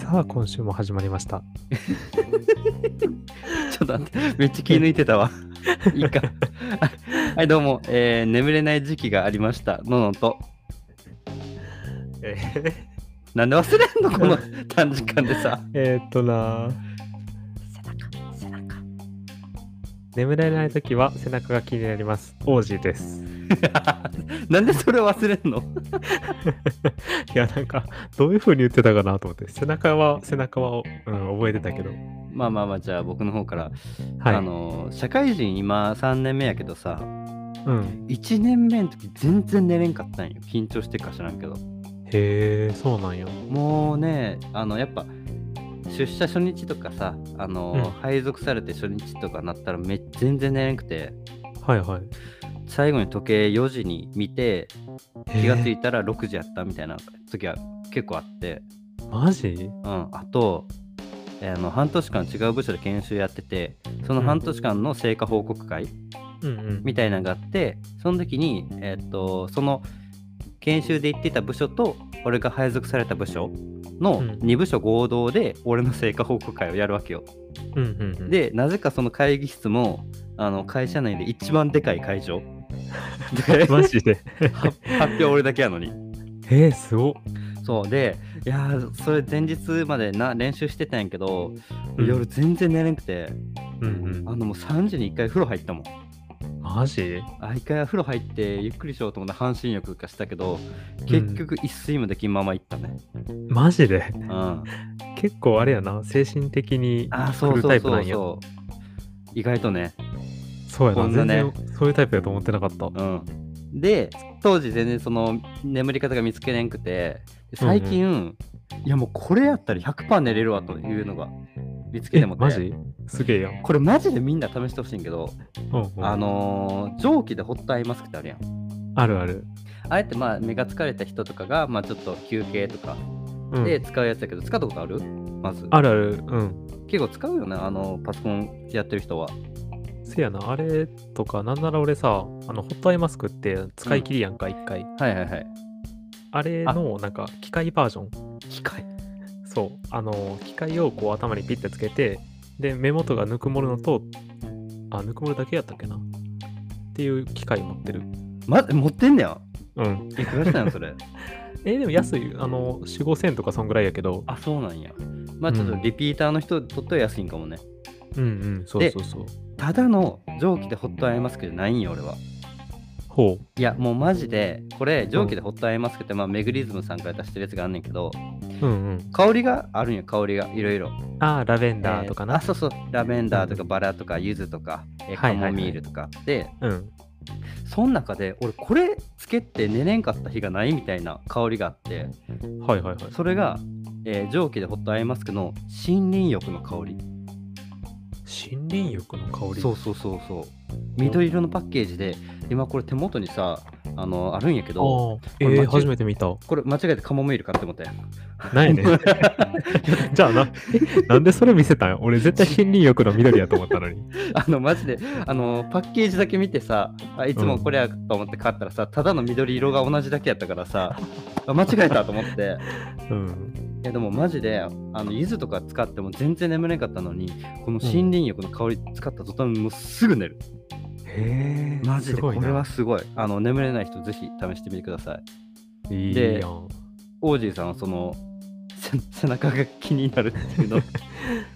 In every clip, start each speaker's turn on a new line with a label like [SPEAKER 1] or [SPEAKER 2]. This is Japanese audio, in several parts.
[SPEAKER 1] さあ、今週も始まりました。
[SPEAKER 2] ちょっと待って、めっちゃ気抜いてたわ。いいか。はい、どうも、えー眠れない時期がありました。ののと。
[SPEAKER 1] え
[SPEAKER 2] なんで忘れんのこの短時間でさ。
[SPEAKER 1] えーっとな
[SPEAKER 2] 背中。
[SPEAKER 1] 眠れないときは背中が気になります。オージーです。
[SPEAKER 2] なんでそれ忘れんの
[SPEAKER 1] いや、なんか、どういう風に言ってたかなと思って、背中は、背中は、うん、覚えてたけど。
[SPEAKER 2] まあまあまあ、じゃあ僕の方から。
[SPEAKER 1] はい。
[SPEAKER 2] あのー、社会人今3年目やけどさ、
[SPEAKER 1] うん。
[SPEAKER 2] 1年目の時全然寝れんかったんよ。緊張してっか知らんけど。
[SPEAKER 1] へえ、そうなんよ。
[SPEAKER 2] もうね、あの、やっぱ、出社初日とかさ、あのー
[SPEAKER 1] うん
[SPEAKER 2] 配属されて初日とかなったらめ全然寝れんくて。
[SPEAKER 1] はいはい。
[SPEAKER 2] 最後に時計4時に見て気がついたら6時やったみたいな時は結構あって、
[SPEAKER 1] えーマジ
[SPEAKER 2] うん、あと、えーあの半年間違う部署で研修やっててその半年間の成果報告会
[SPEAKER 1] うんうん。
[SPEAKER 2] みたいなのがあってその時に、えーっとその研修で行ってた部署と俺が配属された部署の
[SPEAKER 1] うん
[SPEAKER 2] 2部署合同で俺の成果報告会をやるわけよ。
[SPEAKER 1] うんうん うん、
[SPEAKER 2] でなぜかその会議室もあの会社内で一番でかい会 場で
[SPEAKER 1] マジで。
[SPEAKER 2] は発表俺だけやのに。
[SPEAKER 1] えー、すごっ。
[SPEAKER 2] そうで、いやー、それ前日までな練習してたんやけど、
[SPEAKER 1] うん
[SPEAKER 2] 夜全然寝れんくて、
[SPEAKER 1] うん
[SPEAKER 2] あのもう3時に1回風呂入ったもん。
[SPEAKER 1] うん。マジ
[SPEAKER 2] あ、一回風呂入ってゆっくりしようと思って半身浴とかしたけど、結局一睡もできんまま行ったね。
[SPEAKER 1] マジで
[SPEAKER 2] うん。あ
[SPEAKER 1] 結構あれやな、精神的に
[SPEAKER 2] ー、
[SPEAKER 1] 来
[SPEAKER 2] そう
[SPEAKER 1] る
[SPEAKER 2] そ
[SPEAKER 1] タ
[SPEAKER 2] う
[SPEAKER 1] イプ
[SPEAKER 2] そ
[SPEAKER 1] な
[SPEAKER 2] うん
[SPEAKER 1] や。
[SPEAKER 2] そう。意外とね。
[SPEAKER 1] そうや
[SPEAKER 2] こ
[SPEAKER 1] な、
[SPEAKER 2] んな
[SPEAKER 1] 全
[SPEAKER 2] ね
[SPEAKER 1] 然そういうタイプやと思ってなかった。
[SPEAKER 2] うん。で、当時全然その眠り方が見つけれんくて、最近、いやもうこれやったら100%寝れるわというのが見つけても
[SPEAKER 1] え
[SPEAKER 2] て。
[SPEAKER 1] マジすげえやん。
[SPEAKER 2] これマジでみんな試してほしいんけど、
[SPEAKER 1] うんうん
[SPEAKER 2] あのー蒸気でホットアイマスクってあるやん。
[SPEAKER 1] あるある。
[SPEAKER 2] あれってまあ目が疲れた人とかが、まあ、ちょっと休憩とか
[SPEAKER 1] うん
[SPEAKER 2] で使うやつだけど、使ったことあるまず。
[SPEAKER 1] あるある。うん。
[SPEAKER 2] 結構使うよね、あのパソコンやってる人は。
[SPEAKER 1] せやな、あれとか、なんなら俺さ、あのホットアイマスクって使い切りやんか、一、回。
[SPEAKER 2] はいはいはい。
[SPEAKER 1] あれのなんか機械バージョン。
[SPEAKER 2] 機械
[SPEAKER 1] そう。あの、機械をこう頭にピッてつけて、で、目元がぬくもるのと、あ、ぬくもるだけやったっけな。っていう機械持ってる。
[SPEAKER 2] ま、持ってんねや。
[SPEAKER 1] うん。
[SPEAKER 2] いくらしたんそれ。
[SPEAKER 1] えーでも安い、あの、4、5千とかそんぐらいやけど。
[SPEAKER 2] あ、そうなんや。まあちょっと
[SPEAKER 1] うん
[SPEAKER 2] リピーターの人にとっては安いんかもね。
[SPEAKER 1] うんうん、そうそうそう。
[SPEAKER 2] ただの蒸気でホットアイマスクじゃないんよ、俺は。
[SPEAKER 1] ほ
[SPEAKER 2] いや、もうマジで、これ蒸気でホットアイマスクって、まあメグリズムさんから出してるやつがあんねんけど、
[SPEAKER 1] う。うんうん。
[SPEAKER 2] 香りがあるんよ、香りがいろいろ。
[SPEAKER 1] ああ、ラベンダーとか
[SPEAKER 2] えー
[SPEAKER 1] な
[SPEAKER 2] あ。そうそうラベンダーとか
[SPEAKER 1] う
[SPEAKER 2] バラとか柚子とか、
[SPEAKER 1] は
[SPEAKER 2] えー
[SPEAKER 1] いは
[SPEAKER 2] カ
[SPEAKER 1] いは
[SPEAKER 2] モ
[SPEAKER 1] い
[SPEAKER 2] ミールとかあって、
[SPEAKER 1] うん。
[SPEAKER 2] その中で俺これつけて寝れんかった日がないみたいな香りがあって
[SPEAKER 1] はいはいはい。
[SPEAKER 2] それが、えー蒸気でホットアイマスクの森林浴の香り
[SPEAKER 1] 森林浴の香り。
[SPEAKER 2] そうそうそうそう緑色のパッケージで今これ手元にさあのあるんやけど
[SPEAKER 1] ああ、えー、
[SPEAKER 2] これ間違え
[SPEAKER 1] 初めて見た。
[SPEAKER 2] これ間違えてカモミール買ってもって
[SPEAKER 1] ない ね。 じゃ あな、えなんでそれ見せたん俺絶対森林浴の緑やと思ったのに。
[SPEAKER 2] あのマジであのパッケージだけ見てさあいつもこれやと思って買ったらさ、ただの緑色が同じだけやったからさあ間違えたと 思って
[SPEAKER 1] うん。
[SPEAKER 2] いやでもマジであの柚子とか使っても全然眠れなかったのにこの森林浴の香り使った途端もうすぐ寝る、
[SPEAKER 1] へえ。
[SPEAKER 2] マジですこ
[SPEAKER 1] ごいな
[SPEAKER 2] れはすごいあの眠れない人ぜひ試してみてください
[SPEAKER 1] いいやん。
[SPEAKER 2] オージーさんはそのせ背中が気になるっていう の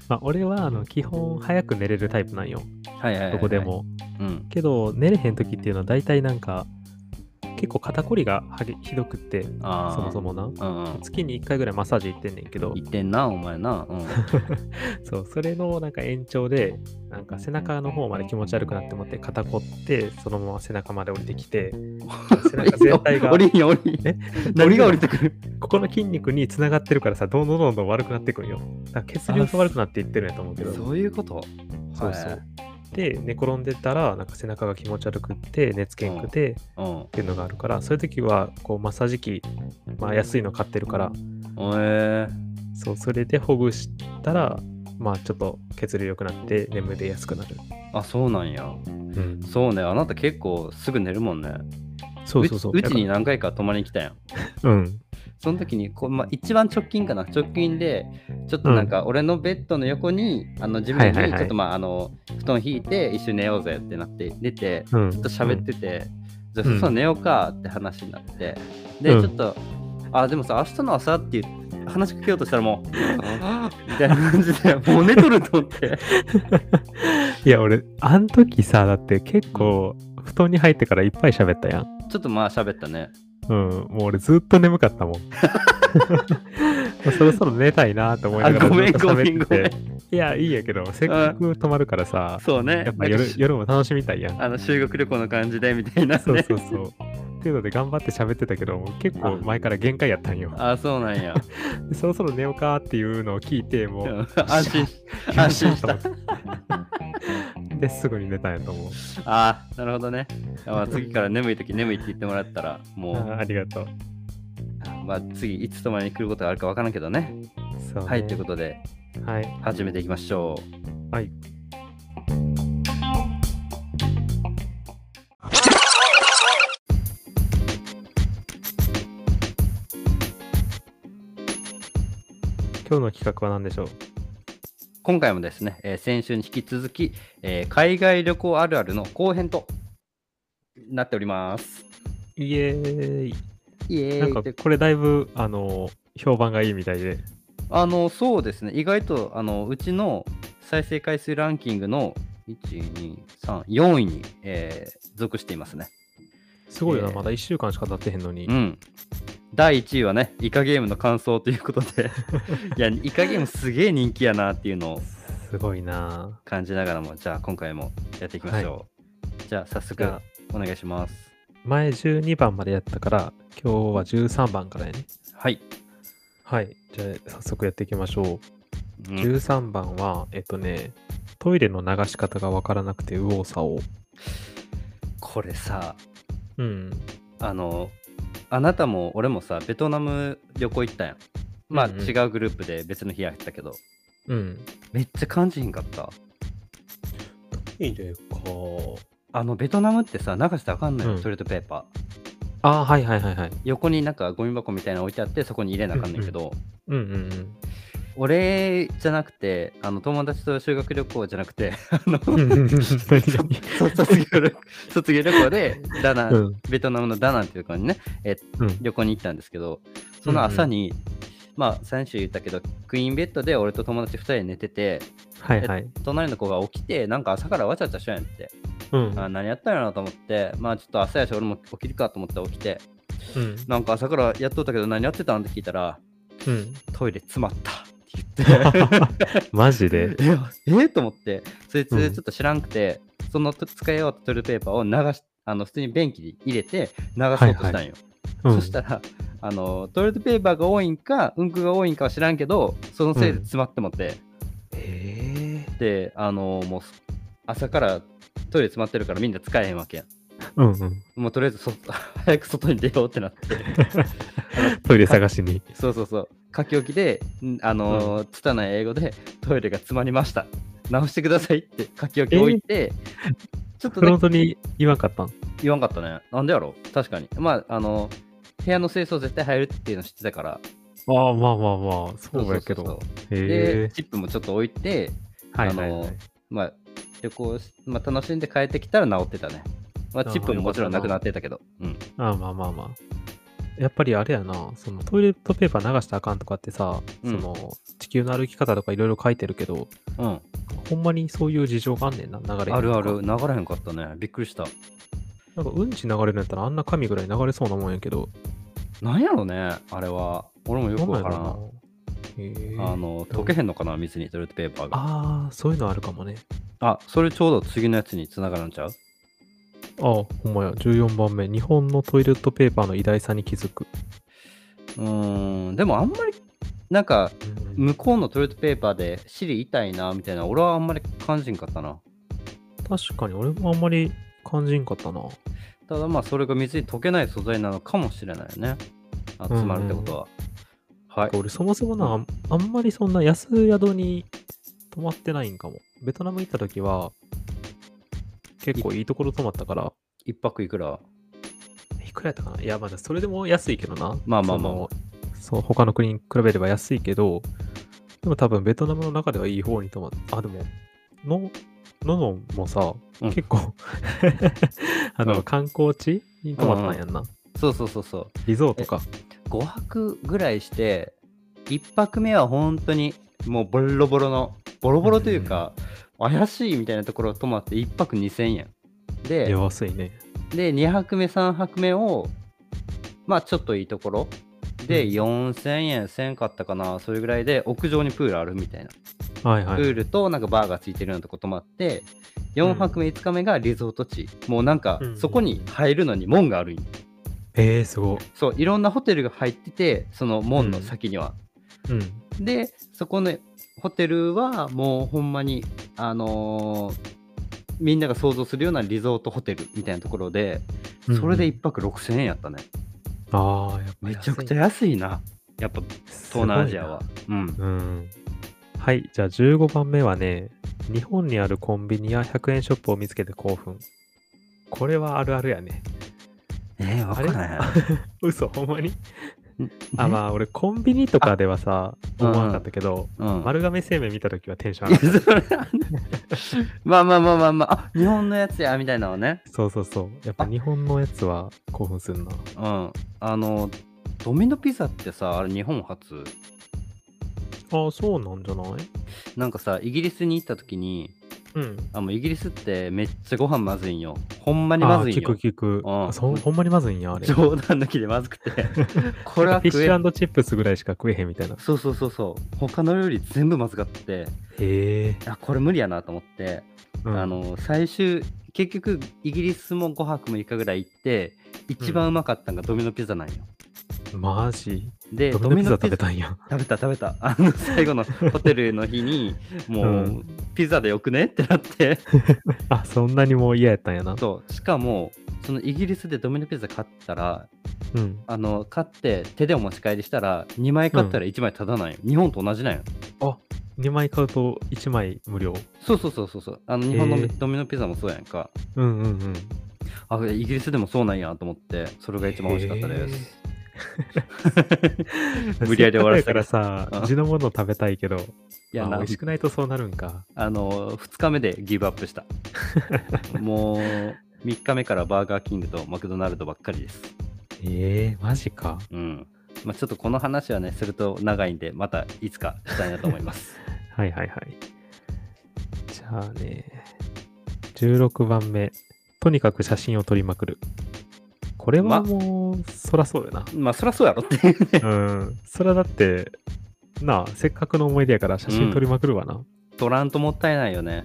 [SPEAKER 1] まあ、俺はあの基本早く寝れるタイプなんよ。
[SPEAKER 2] はいはいはいはい
[SPEAKER 1] どこでも。
[SPEAKER 2] うん
[SPEAKER 1] けど、寝れへん時っていうのは大体なんか、結構肩こりがはげひどくって、
[SPEAKER 2] ああ
[SPEAKER 1] そもそもな。
[SPEAKER 2] うんうん
[SPEAKER 1] 月に1回ぐらいマッサージ行ってんねんけど、
[SPEAKER 2] 言ってんなお前な、うん、
[SPEAKER 1] そう、それのなんか延長で、なんか背中の方まで気持ち悪くなって思って、肩こって、そのまま背中まで降りてきて、背中全体が
[SPEAKER 2] 降、りんよ降りん
[SPEAKER 1] え
[SPEAKER 2] 何が降りてくる
[SPEAKER 1] ここの筋肉につながってるからさ、どんどんどんどん悪くなってくんよ。だから血流が悪くなっていってるんやと思うけど、
[SPEAKER 2] そういうこと
[SPEAKER 1] そうそう。で、寝転んでたら、なんか背中が気持ち悪くって、寝つけんくて、っ
[SPEAKER 2] うん
[SPEAKER 1] ていうのがあるから、そういう時は、こう、マッサージ機、まあ、安いの買ってるから、
[SPEAKER 2] え
[SPEAKER 1] そう、それでほぐしたら、まあ、ちょっと血流良くなって、眠りやすくなる。
[SPEAKER 2] ー、あそうなんや
[SPEAKER 1] うん
[SPEAKER 2] そうねあなた結構すぐ寝るもんね
[SPEAKER 1] そうそうそう。
[SPEAKER 2] うちうちに
[SPEAKER 1] だか
[SPEAKER 2] 何回か泊まりに来たやん。
[SPEAKER 1] らうん。
[SPEAKER 2] その時にこう、まあ、一番直近かな直近でちょっとなんか俺のベッドの横に、あの自分
[SPEAKER 1] はいはい
[SPEAKER 2] に
[SPEAKER 1] はい
[SPEAKER 2] ちょっとまああの布団引いて一緒に寝ようぜってなって寝て
[SPEAKER 1] うん。
[SPEAKER 2] ちょっと喋ってて、じゃあ
[SPEAKER 1] う
[SPEAKER 2] そ
[SPEAKER 1] ん
[SPEAKER 2] ろそろ寝ようかって話になって、
[SPEAKER 1] う
[SPEAKER 2] で
[SPEAKER 1] ん
[SPEAKER 2] ちょっとあでもさ明日の朝っていう話かけようとした らもうみたいな感じでもう寝とると思って
[SPEAKER 1] いや、俺、あの時さ、だって結構、布団に入ってからいっぱい喋ったやん。
[SPEAKER 2] ちょっとまあ喋ったね
[SPEAKER 1] うん。もう俺ずっと眠かった もん。もうそろそろ寝たいなと思いながら
[SPEAKER 2] あごめん
[SPEAKER 1] ずっと喋って
[SPEAKER 2] ごめん
[SPEAKER 1] ていや、いいやけど、せっかく泊まるからさ、
[SPEAKER 2] そうね
[SPEAKER 1] やっぱ
[SPEAKER 2] なんか
[SPEAKER 1] 夜夜も楽しみたいやん。
[SPEAKER 2] あの修学旅行の感じでみたいなね
[SPEAKER 1] そうそうそう。っていうので頑張って喋ってたけど、もう結構前から限界やったんよ。
[SPEAKER 2] あそうなん や
[SPEAKER 1] でそろそろ寝ようかっていうのを聞いて、も
[SPEAKER 2] う
[SPEAKER 1] う、
[SPEAKER 2] ん安心安心した
[SPEAKER 1] よっゃーと 思って。で、すぐに寝たんやと思う。
[SPEAKER 2] ああ、なるほどね。まあ、次から眠いとき眠いって言ってもらったら、もう、
[SPEAKER 1] あありがとう。
[SPEAKER 2] まあ、次いつ泊まりに来ることがあるかわからんけどね。
[SPEAKER 1] そうね
[SPEAKER 2] はい、ということで、
[SPEAKER 1] はい。
[SPEAKER 2] 始めていきましょう。
[SPEAKER 1] はい。今日の企画は何でしょう
[SPEAKER 2] 今回もですね、えー先週に引き続き、えー海外旅行あるあるの後編となっております。
[SPEAKER 1] イエーイ
[SPEAKER 2] イエ
[SPEAKER 1] なん
[SPEAKER 2] ーイ
[SPEAKER 1] か
[SPEAKER 2] って
[SPEAKER 1] これだいぶあの評判がいいみたいで
[SPEAKER 2] あの、そうですね、意外と、あの、うちの再生回数ランキングの1、2、3、4位に、えー属していますね。
[SPEAKER 1] すごいよな、
[SPEAKER 2] えー
[SPEAKER 1] まだ1週間しか経ってへんのに、
[SPEAKER 2] うん。第1位はね、イカゲームの感想ということ で、いや、イカゲームすげえ人気やなっていうのを
[SPEAKER 1] すごいな
[SPEAKER 2] 感じながらも、じゃあ今回もやっていきましょう。じゃあ早
[SPEAKER 1] じ
[SPEAKER 2] 速
[SPEAKER 1] ゃあ
[SPEAKER 2] お願いします。
[SPEAKER 1] 前12番までやったから今日は13番からやね
[SPEAKER 2] はい。
[SPEAKER 1] はいじゃあ早速やっていきましょう
[SPEAKER 2] うん
[SPEAKER 1] 13番は、えっとね、トイレの流し方がわからなくて右往左往。
[SPEAKER 2] これさ、
[SPEAKER 1] うん。
[SPEAKER 2] あの、あなたも俺もさ、ベトナム旅行行ったやん。まあ、
[SPEAKER 1] うんうん
[SPEAKER 2] 違うグループで別の日やったけど、
[SPEAKER 1] うん。
[SPEAKER 2] めっちゃ感じひんかった。
[SPEAKER 1] トイレか。
[SPEAKER 2] あの、ベトナムってさ、流してあかんのよ、
[SPEAKER 1] うん
[SPEAKER 2] トイレットペーパー。
[SPEAKER 1] あー、はいはいはいはい。
[SPEAKER 2] 横になんかゴミ箱みたいなの置いてあって、そこに入れなあかんねんけど、
[SPEAKER 1] うんうんうん。
[SPEAKER 2] 俺じゃなくてあの友達と修学旅行じゃなくて あの
[SPEAKER 1] うんうんうん何
[SPEAKER 2] そ卒業旅卒業旅行でダナン、
[SPEAKER 1] うん。
[SPEAKER 2] ベトナムのダナンっていうところにね
[SPEAKER 1] うん。
[SPEAKER 2] 旅行に行ったんですけどその朝に、まあ先週言ったけどクイーンベッドで俺と友達2人で寝てて
[SPEAKER 1] はいはい。
[SPEAKER 2] 隣の子が起きてなんか朝からわちゃわちゃしようやんって、
[SPEAKER 1] うん。
[SPEAKER 2] あ何やったんやろなと思ってまあちょっと朝やし俺も起きるかと思って起きて
[SPEAKER 1] うん。
[SPEAKER 2] なんか朝からやっとったけど何やってたんって聞いたら
[SPEAKER 1] うん。
[SPEAKER 2] トイレ詰まったって言って
[SPEAKER 1] マジで。
[SPEAKER 2] いやえーと思ってそいつ
[SPEAKER 1] うん
[SPEAKER 2] ちょっと知らんくて、そのと使い終わったトイレペーパーを流しあの普通に便器に入れて流そうとしたんよ、
[SPEAKER 1] うん
[SPEAKER 2] そしたらあのトイレットペーパーが多いんかうんこが多いんかは知らんけどそのせいで詰まってもって、
[SPEAKER 1] へえ。
[SPEAKER 2] であのもう朝からトイレ詰まってるからみんな使えへんわけやん
[SPEAKER 1] うんうん。
[SPEAKER 2] もうとりあえずそ 早く外に出ようってなって
[SPEAKER 1] トイレ探しに。
[SPEAKER 2] そうそうそう書き置きでんあのー拙い英語でトイレが詰まりました直してくださいって書き置き置いて、ちょっと
[SPEAKER 1] フロ
[SPEAKER 2] ね
[SPEAKER 1] ントに言わんかったん
[SPEAKER 2] 言わんかったね。なんでやろ確かに。まあ、あの、部屋の清掃絶対入るっていうの知ってたから。
[SPEAKER 1] ああ、まあまあまあ、そうやけ
[SPEAKER 2] そ
[SPEAKER 1] ど
[SPEAKER 2] うそ。うそう
[SPEAKER 1] へ
[SPEAKER 2] で
[SPEAKER 1] え、。
[SPEAKER 2] チップもちょっと置いて、
[SPEAKER 1] はいはい
[SPEAKER 2] あ
[SPEAKER 1] は
[SPEAKER 2] の
[SPEAKER 1] い。
[SPEAKER 2] まあ、旅行し、まあ、楽しんで帰ってきたら治ってたね。ま
[SPEAKER 1] あ
[SPEAKER 2] あ、
[SPEAKER 1] ー
[SPEAKER 2] チップももちろんなくなってたけど。うん。
[SPEAKER 1] ああまあまあまあ。やっぱりあれやな、そのトイレットペーパー流したらあかんとかってさ、
[SPEAKER 2] うん
[SPEAKER 1] その地球の歩き方とかいろいろ書いてるけど、
[SPEAKER 2] うん。
[SPEAKER 1] ほんまにそういう事情があんねんな、流れへんとか
[SPEAKER 2] あるある、。流れへんかったね。びっくりした。
[SPEAKER 1] なんかうんち流れるんやったらあんな紙ぐらい流れそうなもんやけど、
[SPEAKER 2] なんやろね、あれは。俺もよくわからん。
[SPEAKER 1] んやろな。へえ
[SPEAKER 2] あの、溶けへんのかな、水にトイレットペーパーが。
[SPEAKER 1] あー、そういうのあるかもね。
[SPEAKER 2] あ、それちょうど次のやつに繋がるんちゃう
[SPEAKER 1] ああ、ほんまや、14番目、日本のトイレットペーパーの偉大さに気づく。
[SPEAKER 2] うーん、でもあんまり、なんか、
[SPEAKER 1] うん
[SPEAKER 2] 向こうのトイレットペーパーで尻痛いなみたいな俺はあんまり感じんかったな
[SPEAKER 1] 確かに俺もあんまり感じんかったな。
[SPEAKER 2] ただまあそれが水に溶けない素材なのかもしれないよねあ詰まるってことは、はい
[SPEAKER 1] 俺そもそもなあんまりそんな安宿に泊まってないんかもベトナム行った時は結構いいところ泊まったから
[SPEAKER 2] 一泊いくら
[SPEAKER 1] いくらいだったかな。いや、まだそれでも安いけどな。
[SPEAKER 2] まあま
[SPEAKER 1] そ
[SPEAKER 2] あまあ
[SPEAKER 1] のそう、他の国に比べれば安いけど、でも多分ベトナムの中ではいい方にとまあ、でも、の、ののもさ、
[SPEAKER 2] うん
[SPEAKER 1] 結構、 あの、
[SPEAKER 2] うん
[SPEAKER 1] 観光地に泊まったんやんな。
[SPEAKER 2] そうそうそうそう
[SPEAKER 1] リゾートか。
[SPEAKER 2] 5泊ぐらいして1泊目は本当にもうボロボロのボロボロというか、怪しいみたいなところを泊まって1泊2000円で
[SPEAKER 1] 弱すいね。
[SPEAKER 2] で2泊目3泊目をまあちょっといいところで
[SPEAKER 1] うん
[SPEAKER 2] 4000円1000かったかなそれぐらいで屋上にプールあるみたいな、
[SPEAKER 1] はいは
[SPEAKER 2] プー
[SPEAKER 1] い。
[SPEAKER 2] ルとなんかバーがついてるようなとこ泊まって4泊目5日目がリゾート地、もうなんか
[SPEAKER 1] うん
[SPEAKER 2] そこに入るのに門があるんよ
[SPEAKER 1] えー、すごい。
[SPEAKER 2] そういろんなホテルが入っててその門の先には、
[SPEAKER 1] うん。
[SPEAKER 2] でそこのホテルはもうほんまにあのーみんなが想像するようなリゾートホテルみたいなところで、それで1泊6000円やったね
[SPEAKER 1] ああ、やっぱ
[SPEAKER 2] めちゃくち
[SPEAKER 1] ゃ
[SPEAKER 2] ゃ安いなやっぱ東南アジアはうん
[SPEAKER 1] うん。はい、じゃあ15番目はね、日本にあるコンビニや100円ショップを見つけて興奮。これはあるあるやね。
[SPEAKER 2] えー、わからない
[SPEAKER 1] 嘘、ほんまに
[SPEAKER 2] ん
[SPEAKER 1] あ、まあ俺コンビニとかではさ、
[SPEAKER 2] あ
[SPEAKER 1] 思わなかったけど、
[SPEAKER 2] うん
[SPEAKER 1] 丸亀製麺見たときはテンション
[SPEAKER 2] い
[SPEAKER 1] 上
[SPEAKER 2] や
[SPEAKER 1] がる。
[SPEAKER 2] それは まあまあまあまあまああ日本のやつやみたいなのね
[SPEAKER 1] そうそうそう。やっぱ日本のやつは興奮するな。
[SPEAKER 2] うんあのドミノピザってさあれ日本初
[SPEAKER 1] ああ、そうなんじゃない
[SPEAKER 2] なんかさイギリスに行った時に
[SPEAKER 1] うん。
[SPEAKER 2] あもうイギリスってめっちゃご飯まずいんよほんまに
[SPEAKER 1] あ
[SPEAKER 2] ま
[SPEAKER 1] あ
[SPEAKER 2] ずいん
[SPEAKER 1] 聞く
[SPEAKER 2] よ
[SPEAKER 1] 聞く。
[SPEAKER 2] うん
[SPEAKER 1] そほんまにまずいんや、あれ。フィ
[SPEAKER 2] 冗談抜きでまず くてこれは
[SPEAKER 1] ッ
[SPEAKER 2] 食
[SPEAKER 1] シ
[SPEAKER 2] え
[SPEAKER 1] ュチップスぐらいしか食えへんみたいな。
[SPEAKER 2] そうそうそうそう他の料理全部まずかって
[SPEAKER 1] へえ。
[SPEAKER 2] あこれ無理やなと思って
[SPEAKER 1] うん
[SPEAKER 2] あの最終結局イギリスも5泊6日ぐらい行って一番うまかったのがドミノピザなんよ、
[SPEAKER 1] マジ
[SPEAKER 2] で
[SPEAKER 1] ドミノピザ食べ
[SPEAKER 2] ド
[SPEAKER 1] た
[SPEAKER 2] ミ
[SPEAKER 1] んや。
[SPEAKER 2] ノピザ食べた食べたあの最後のホテルの日にもう、
[SPEAKER 1] うん
[SPEAKER 2] ピザでよくねってなって
[SPEAKER 1] あ、そんなにもう嫌やったんやな。
[SPEAKER 2] そうしかもそのイギリスでドミノピザ買ったら
[SPEAKER 1] うん。
[SPEAKER 2] あの買って手でお持ち帰りしたら2枚買ったら1枚ただないよ、日本と同じなんよ
[SPEAKER 1] 2枚買うと1枚無料。
[SPEAKER 2] そうそうそうそうそうあの日本の
[SPEAKER 1] へえ
[SPEAKER 2] ドミノピザもそうやんか、
[SPEAKER 1] うんうんうん。
[SPEAKER 2] あイギリスでもそうなんやと思ってそれが一番美味しかったです、 無理やり終わら
[SPEAKER 1] せ
[SPEAKER 2] せたけど
[SPEAKER 1] からさ
[SPEAKER 2] うん、
[SPEAKER 1] 地のもの食べたいけど、
[SPEAKER 2] いや
[SPEAKER 1] まあ
[SPEAKER 2] な
[SPEAKER 1] 美味しくないとそうなるんか。
[SPEAKER 2] あの2日目でギブアップした もう3日目からバーガーキングとマクドナルドばっかりです
[SPEAKER 1] ええマジか。
[SPEAKER 2] うんまあ、ちょっとこの話はねすると長いんでまたいつかしたいなと思います
[SPEAKER 1] はいはいはい。じゃあね、16番目。とにかく写真を撮りまくる。これは
[SPEAKER 2] ま
[SPEAKER 1] もう、そらそうよな。
[SPEAKER 2] まあそりゃそうやろっていうね
[SPEAKER 1] うん。そらだって、なあ、せっかくの思い出やから写真撮りまくるわな。
[SPEAKER 2] 取らんともったいないよね、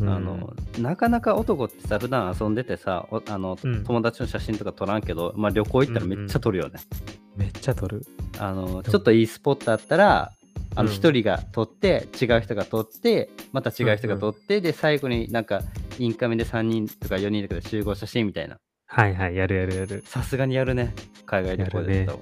[SPEAKER 1] うん
[SPEAKER 2] あのなかなか男ってさ普段遊んでてさおあの、
[SPEAKER 1] うん
[SPEAKER 2] 友達の写真とか撮らんけど、まあ、旅行行ったらめっちゃ撮るよね、
[SPEAKER 1] めっちゃ撮る。
[SPEAKER 2] あのちょっといいスポットあったらあの
[SPEAKER 1] うん
[SPEAKER 2] 一人が撮って、違う人が撮ってまた違う人が撮って、で最後になんかインカメで3人とか4人とかで集合写真みたいな
[SPEAKER 1] はいはい、やるやるやる。
[SPEAKER 2] さすがにやるね海外旅行で
[SPEAKER 1] やる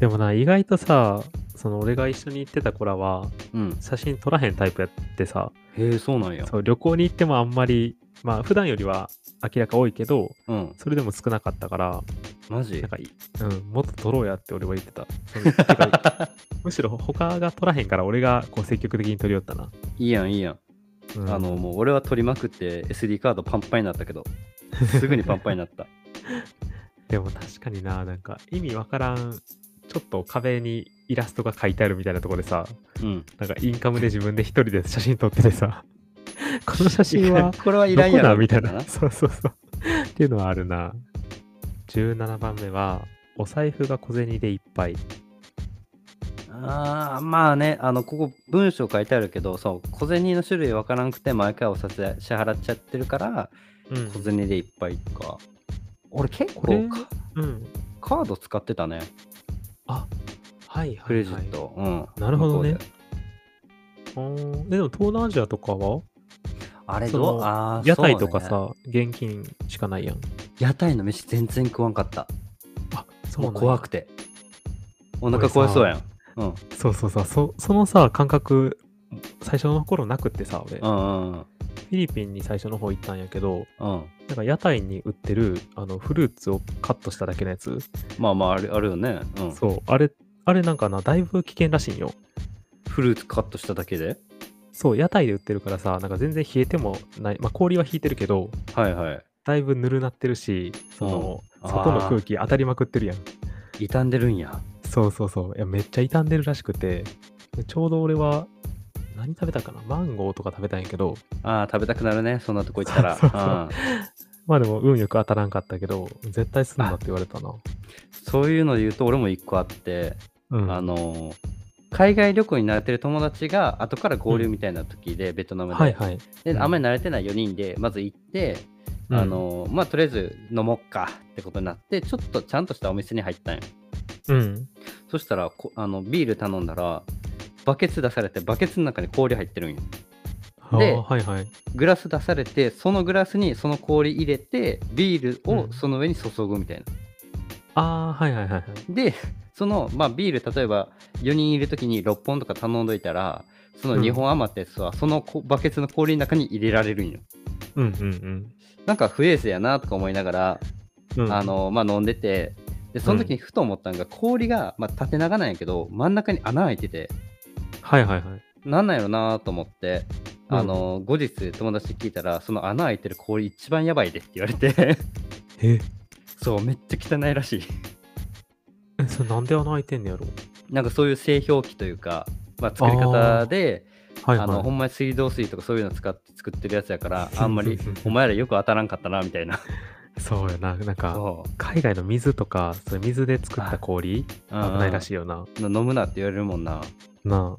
[SPEAKER 1] でもな、意外とさ、その俺が一緒に行ってた子らは、
[SPEAKER 2] うん
[SPEAKER 1] 写真撮らへんタイプやってさ、
[SPEAKER 2] へえそうなんや
[SPEAKER 1] そう旅行に行ってもあんまり、まあ普段よりは明らか多いけど、
[SPEAKER 2] うん
[SPEAKER 1] それでも少なかったから、
[SPEAKER 2] マジ
[SPEAKER 1] なんかいい、うん、もっと撮ろうやって俺は言ってた。 そのてかむしろ他が撮らへんから俺がこう積極的に撮りよったな。
[SPEAKER 2] いいやんいいやん、
[SPEAKER 1] うん
[SPEAKER 2] あのもう俺は撮りまくって SD カードパンパンになったけどすぐにパンパンになった
[SPEAKER 1] でも確かにな、なんか意味わからん、ちょっと壁にイラストが書いてあるみたいなところでさ、
[SPEAKER 2] うん
[SPEAKER 1] なんかインカムで自分で一人で写真撮っててさ、この写真は
[SPEAKER 2] これはい
[SPEAKER 1] ど
[SPEAKER 2] らん
[SPEAKER 1] こ
[SPEAKER 2] や
[SPEAKER 1] だ
[SPEAKER 2] ろ
[SPEAKER 1] みたいな。そうそうそう。っていうのはあるな。17番目は、お財布が小銭でいっぱい。
[SPEAKER 2] あーまあねあのここ文章書いてあるけどそう小銭の種類わからんくて毎回お札で支払っちゃってるから
[SPEAKER 1] うん
[SPEAKER 2] 小銭でいっぱいとか俺結
[SPEAKER 1] これ
[SPEAKER 2] 構カ
[SPEAKER 1] うん。
[SPEAKER 2] カード使ってたね
[SPEAKER 1] あ、はいはい、はい。
[SPEAKER 2] クレジット、うん
[SPEAKER 1] なるほどね
[SPEAKER 2] 向こう
[SPEAKER 1] おーででも東南アジアとかは
[SPEAKER 2] であれ
[SPEAKER 1] そ
[SPEAKER 2] どう
[SPEAKER 1] の
[SPEAKER 2] あー
[SPEAKER 1] 屋台とか
[SPEAKER 2] そうね
[SPEAKER 1] さ、現金しかないやん。
[SPEAKER 2] 屋台の飯全然食わんかった
[SPEAKER 1] あ、そうな
[SPEAKER 2] もうん
[SPEAKER 1] や
[SPEAKER 2] 怖くてお腹壊そうやんうん
[SPEAKER 1] そうそうそうそ。そのさ、感覚、最初の頃なくってさ、俺。
[SPEAKER 2] うんうんうん
[SPEAKER 1] ィリピンに最初の方行ったんやけど、
[SPEAKER 2] うん。
[SPEAKER 1] なんか屋台に売ってるあのフルーツをカットしただけのやつ、
[SPEAKER 2] まあまあ、あれあるよね。うん。
[SPEAKER 1] そう、あれ、あれなんかな、だいぶ危険らしいんよ。
[SPEAKER 2] フルーツカットしただけで
[SPEAKER 1] そう、屋台で売ってるからさ、なんか全然冷えてもない、まあ、氷は冷えてるけど、
[SPEAKER 2] はいはい。
[SPEAKER 1] だいぶぬるなってるし、その、
[SPEAKER 2] うん
[SPEAKER 1] 外の
[SPEAKER 2] あー
[SPEAKER 1] 空気当たりまくってるやん。
[SPEAKER 2] 傷んでるんや。
[SPEAKER 1] そうそうそう。いや、めっちゃ傷んでるらしくて、でちょうど俺は、何食べたかなマンゴーとか食べたんやけど、
[SPEAKER 2] ああ、食べたくなるね。そんなとこ行ったら。
[SPEAKER 1] そうそうそう
[SPEAKER 2] うん
[SPEAKER 1] まあでも運よく当たらんかったけど、絶対すんなって言われたな。
[SPEAKER 2] そういうので言うと、俺も一個あって、
[SPEAKER 1] うん。
[SPEAKER 2] あのー海外旅行に慣れてる友達が後から合流みたいな時で、ベトナムで,、
[SPEAKER 1] はいはい。う
[SPEAKER 2] で
[SPEAKER 1] ん
[SPEAKER 2] あんまり慣れてない4人でまず行って、あのーまあとりあえず飲もっかってことになってちょっとちゃんとしたお店に入ったんよ
[SPEAKER 1] うん。
[SPEAKER 2] そしたらこあのビール頼んだらバケツ出されてバケツの中に氷入ってるんよ
[SPEAKER 1] うん。
[SPEAKER 2] で
[SPEAKER 1] あーはいはい。
[SPEAKER 2] グラス出されてそのグラスにその氷入れてビールをその上に注ぐみたいな、
[SPEAKER 1] ああー、はいはいはいはい。
[SPEAKER 2] でその、まあ、ビール例えば4人いる時に6本とか頼んどいたらその2本余ったやつはそのこバケツの氷の中に入れられるんよ
[SPEAKER 1] うんうん
[SPEAKER 2] なんか不衛生やなとか思いながら、
[SPEAKER 1] うん。うん
[SPEAKER 2] あ、のまあ、飲んでてでその時にふと思ったのが、氷が、まあ、縦長なんやけど真ん中に穴開いてて
[SPEAKER 1] はいはいはい。
[SPEAKER 2] なんなんやろなと思って。
[SPEAKER 1] うん
[SPEAKER 2] あの後日友達に聞いたらその穴開いてる氷一番やばいでって言われ て
[SPEAKER 1] え、
[SPEAKER 2] そうめっちゃ汚いらしい
[SPEAKER 1] えそれなんで穴開いてんねやろ
[SPEAKER 2] なんかそういう製氷機というか、まあ、作り方で
[SPEAKER 1] はい
[SPEAKER 2] あのほ
[SPEAKER 1] は
[SPEAKER 2] んまに水道水とかそういうの使って作ってるやつ やからあんま
[SPEAKER 1] うん
[SPEAKER 2] り
[SPEAKER 1] うんうん。
[SPEAKER 2] お前らよく当たらんかったなみたいない
[SPEAKER 1] そうやな。なんか、
[SPEAKER 2] そう
[SPEAKER 1] 海外の水とか、それ水で作った氷、
[SPEAKER 2] 危
[SPEAKER 1] 危ないらし
[SPEAKER 2] い
[SPEAKER 1] いよな。
[SPEAKER 2] 飲むなって言われるもんな
[SPEAKER 1] な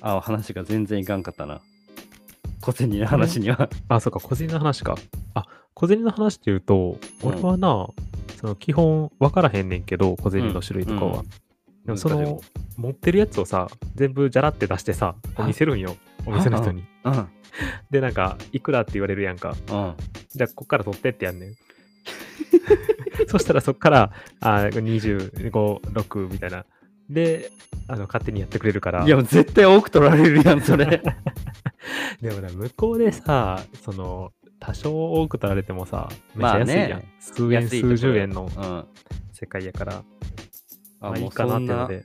[SPEAKER 2] あ話が全然いかんかったな個性にな話には
[SPEAKER 1] あ。あ、そうか、小銭の話か。あ、小銭の話っていうと、
[SPEAKER 2] うん
[SPEAKER 1] 俺はな、その基本分からへんねんけど、小銭の種類とかは。でもそ
[SPEAKER 2] 難しいも
[SPEAKER 1] の
[SPEAKER 2] ん、
[SPEAKER 1] 持ってるやつをさ、全部じゃらって出してさ、
[SPEAKER 2] あ
[SPEAKER 1] 見せるんよ。お店の人に。
[SPEAKER 2] うんうん
[SPEAKER 1] で、なんか、いくらって言われるやんか。
[SPEAKER 2] あ
[SPEAKER 1] じゃあ、こっから取ってってやん ねん。そしたら、そっから、あ25、6みたいな。で、あの勝手にやってくれるから。
[SPEAKER 2] いや絶対多く取られるやん それ
[SPEAKER 1] でもな、向こうでさ、その、多少多く取られてもさ、めっち
[SPEAKER 2] ま
[SPEAKER 1] ゃ
[SPEAKER 2] あ
[SPEAKER 1] 安い
[SPEAKER 2] ね
[SPEAKER 1] やん。数円、
[SPEAKER 2] 安いとこ
[SPEAKER 1] 数
[SPEAKER 2] ろ
[SPEAKER 1] 十円の
[SPEAKER 2] うんあ
[SPEAKER 1] 世界やから、まあい
[SPEAKER 2] も
[SPEAKER 1] いうかな
[SPEAKER 2] そ
[SPEAKER 1] って
[SPEAKER 2] ん
[SPEAKER 1] の
[SPEAKER 2] な
[SPEAKER 1] で、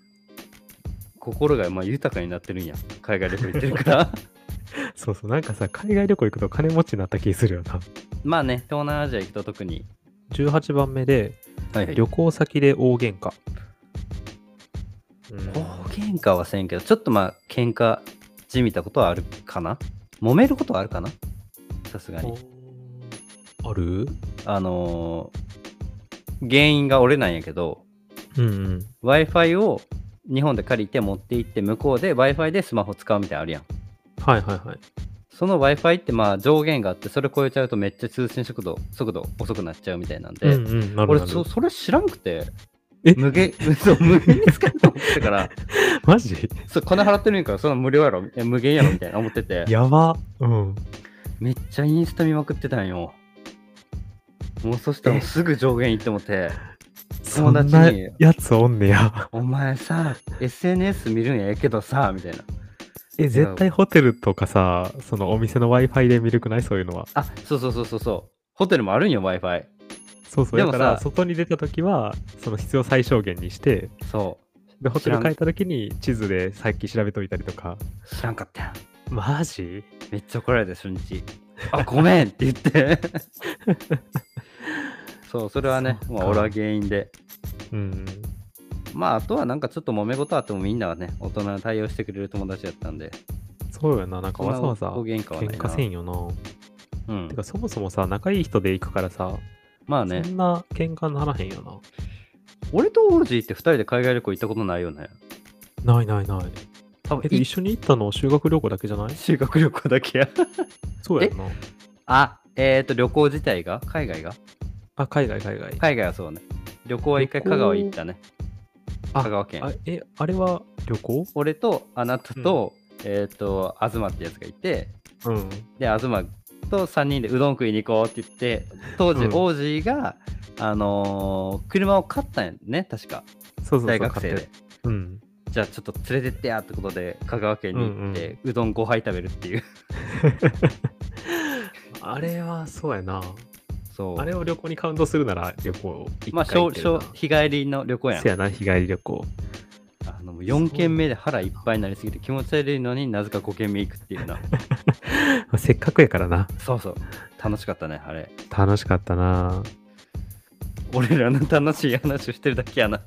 [SPEAKER 2] 心がまあ豊かになってるんや海外旅行行ってるから
[SPEAKER 1] そうそう、なんかさ、海外旅行行くと金持ちになった気するよな。
[SPEAKER 2] まあね東南アジア行くと特に
[SPEAKER 1] 18番目で、
[SPEAKER 2] はい
[SPEAKER 1] 旅行先で大喧嘩。うん
[SPEAKER 2] 大喧嘩はせんけどちょっとまあ喧嘩じみたことはあるかな揉めることはあるかなさすがに
[SPEAKER 1] おある
[SPEAKER 2] あのー原因が俺なんやけど
[SPEAKER 1] うんうん。
[SPEAKER 2] w i f i を日本で借りて持って行って向こうで w i f i でスマホ使うみたいなのあるやん
[SPEAKER 1] はいはいはい。
[SPEAKER 2] その w i f i ってまあ上限があってそれ超えちゃうとめっちゃ通信速度速度遅くなっちゃうみたいなんで、
[SPEAKER 1] うんうん、なるほど
[SPEAKER 2] 俺
[SPEAKER 1] なるほ
[SPEAKER 2] そ
[SPEAKER 1] ど。
[SPEAKER 2] それ知らんくて
[SPEAKER 1] え
[SPEAKER 2] 無限そう無限に使えると思ってたから
[SPEAKER 1] マジ
[SPEAKER 2] そう金払ってるんやからそんな無料やろえ無限やろみたいな思ってて
[SPEAKER 1] やば。うん。
[SPEAKER 2] めっちゃインスタ見まくってたんよもうそしたらもうすぐ上限行ってもて
[SPEAKER 1] そ
[SPEAKER 2] 友
[SPEAKER 1] ん
[SPEAKER 2] 達
[SPEAKER 1] な
[SPEAKER 2] に
[SPEAKER 1] やつおんねや。
[SPEAKER 2] 「お前さ SNS 見るんやけどさ」みたいな
[SPEAKER 1] え、絶対ホテルとかさ、そのお店の Wi-Fi で見るくないそういうのは。
[SPEAKER 2] あそうそうそうそうそうホテルもあるんよ w i f i
[SPEAKER 1] そうそう。
[SPEAKER 2] で
[SPEAKER 1] だ
[SPEAKER 2] も
[SPEAKER 1] か
[SPEAKER 2] さ
[SPEAKER 1] ら、外に出たときは、その必要最小限にして、
[SPEAKER 2] そ
[SPEAKER 1] で、ホテ
[SPEAKER 2] 知ら
[SPEAKER 1] ル
[SPEAKER 2] ん
[SPEAKER 1] 帰ったときに地図でさっき調べといたりとか。
[SPEAKER 2] う知らんかったやん
[SPEAKER 1] マジ
[SPEAKER 2] めっちゃ怒られた初日 あごめんって言ってそうそれはね
[SPEAKER 1] そっか
[SPEAKER 2] まあ俺は原因で
[SPEAKER 1] うん。
[SPEAKER 2] まああとはなんかちょっと揉め事あってもみんなはね大人の対応してくれる友達だったんで
[SPEAKER 1] そうやな。なんかわざわざ
[SPEAKER 2] そんな大喧嘩はない
[SPEAKER 1] 喧
[SPEAKER 2] な
[SPEAKER 1] 嘩せんよな。
[SPEAKER 2] うん
[SPEAKER 1] てか、そもそもさ、仲いい人で行くからさ、
[SPEAKER 2] まあ
[SPEAKER 1] そ
[SPEAKER 2] ね
[SPEAKER 1] んな喧嘩ならへんよな。
[SPEAKER 2] 俺とオージーって2人で海外旅行行ったことないよね
[SPEAKER 1] ないないない。
[SPEAKER 2] 多分
[SPEAKER 1] え、で一緒に行ったの修学旅行だけじゃない
[SPEAKER 2] 修学旅行だけ や
[SPEAKER 1] そうやんな。
[SPEAKER 2] あえっ、と旅行自体が海外が
[SPEAKER 1] あ、海外海外。
[SPEAKER 2] 海外はそうね旅行は一回
[SPEAKER 1] 旅行
[SPEAKER 2] 香川行ったね
[SPEAKER 1] あ
[SPEAKER 2] 香川県
[SPEAKER 1] あえ、あれは旅行
[SPEAKER 2] 俺とあなたと、えっ、と東ってやつがいて
[SPEAKER 1] うん。
[SPEAKER 2] で東と3人でうどん食いに行こうって言って当時
[SPEAKER 1] うん
[SPEAKER 2] オージーが、あのー車を買ったんやね確か
[SPEAKER 1] そうそうそう。
[SPEAKER 2] 大学生
[SPEAKER 1] 勝
[SPEAKER 2] で
[SPEAKER 1] 手。うん。
[SPEAKER 2] じゃあちょっと連れてってやってことで香川県に行って、うどん5杯食べるっていう
[SPEAKER 1] あれはそうやな。
[SPEAKER 2] そう
[SPEAKER 1] あれを旅行にカウントするなら旅行一
[SPEAKER 2] まあ
[SPEAKER 1] 回
[SPEAKER 2] しょ
[SPEAKER 1] 行っ
[SPEAKER 2] う
[SPEAKER 1] て
[SPEAKER 2] し
[SPEAKER 1] るな
[SPEAKER 2] ょう日帰りの旅行やん
[SPEAKER 1] せやな、日帰り旅行。
[SPEAKER 2] あのもう4軒目で腹いっぱいになりすぎて気持ち悪いのになぜか5軒目行くってい うな
[SPEAKER 1] せっかくやからな。
[SPEAKER 2] そうそう楽しかったねあれ
[SPEAKER 1] 楽しかったな。
[SPEAKER 2] 俺らの楽しい話をしてるだけ やな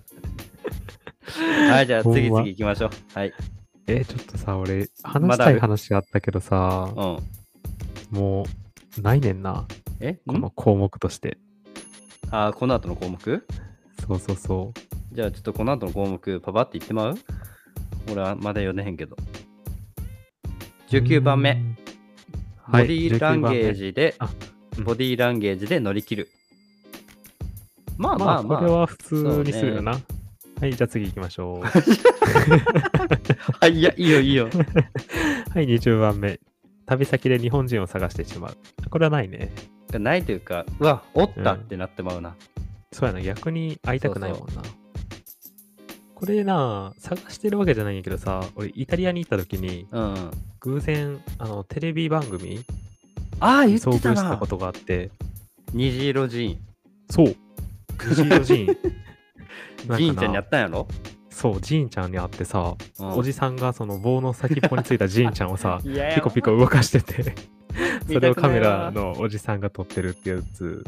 [SPEAKER 2] はいじゃあ次
[SPEAKER 1] ほんま
[SPEAKER 2] 々行きましょうはい
[SPEAKER 1] えーちょっとさ、俺、話
[SPEAKER 2] ま
[SPEAKER 1] し
[SPEAKER 2] だ
[SPEAKER 1] たい話あったけどさ、
[SPEAKER 2] うん
[SPEAKER 1] もう、ないねんな。
[SPEAKER 2] え
[SPEAKER 1] この項目として。
[SPEAKER 2] あーこの後の項目
[SPEAKER 1] そうそうそう。
[SPEAKER 2] じゃあちょっとこの後の項目パパって言ってまう俺はまだ読んでへんけど19番
[SPEAKER 1] うー
[SPEAKER 2] 目
[SPEAKER 1] ん。
[SPEAKER 2] ボ
[SPEAKER 1] は
[SPEAKER 2] デ
[SPEAKER 1] い
[SPEAKER 2] ィーランゲージで、
[SPEAKER 1] 番目あうん
[SPEAKER 2] ボディーランゲージで乗り切るまあま
[SPEAKER 1] ま
[SPEAKER 2] あ
[SPEAKER 1] あ、
[SPEAKER 2] まあ、
[SPEAKER 1] これは普通にするよな。はい、じゃあ次行きましょう。
[SPEAKER 2] はいいやいいよい いよ
[SPEAKER 1] はい、20番目。旅先で日本人を探してしまう。これはないね。
[SPEAKER 2] ないというかうわおったってなってまうな、
[SPEAKER 1] そうやな、逆に会いたくないもんな。これな、探してるわけじゃないんやけどさ、俺、イタリアに行った時に、
[SPEAKER 2] うん
[SPEAKER 1] 偶然、あの、テレビ番組
[SPEAKER 2] ああ
[SPEAKER 1] に
[SPEAKER 2] 言っ
[SPEAKER 1] 遭
[SPEAKER 2] てた
[SPEAKER 1] 遇した
[SPEAKER 2] な
[SPEAKER 1] ことがあって、
[SPEAKER 2] 虹色寺院。
[SPEAKER 1] そう、虹色寺院
[SPEAKER 2] 寺院ちゃんにや
[SPEAKER 1] て。
[SPEAKER 2] ったんやろ、
[SPEAKER 1] そう、ジーンちゃんに会ってさ、
[SPEAKER 2] うん
[SPEAKER 1] おじさんがその棒の先っぽについ
[SPEAKER 2] 、
[SPEAKER 1] たジーンちゃんをさ
[SPEAKER 2] いやいや
[SPEAKER 1] ピコピコ動かして て、それをカメラ
[SPEAKER 2] 見たくないわ
[SPEAKER 1] のおじさんが撮ってるってやつ。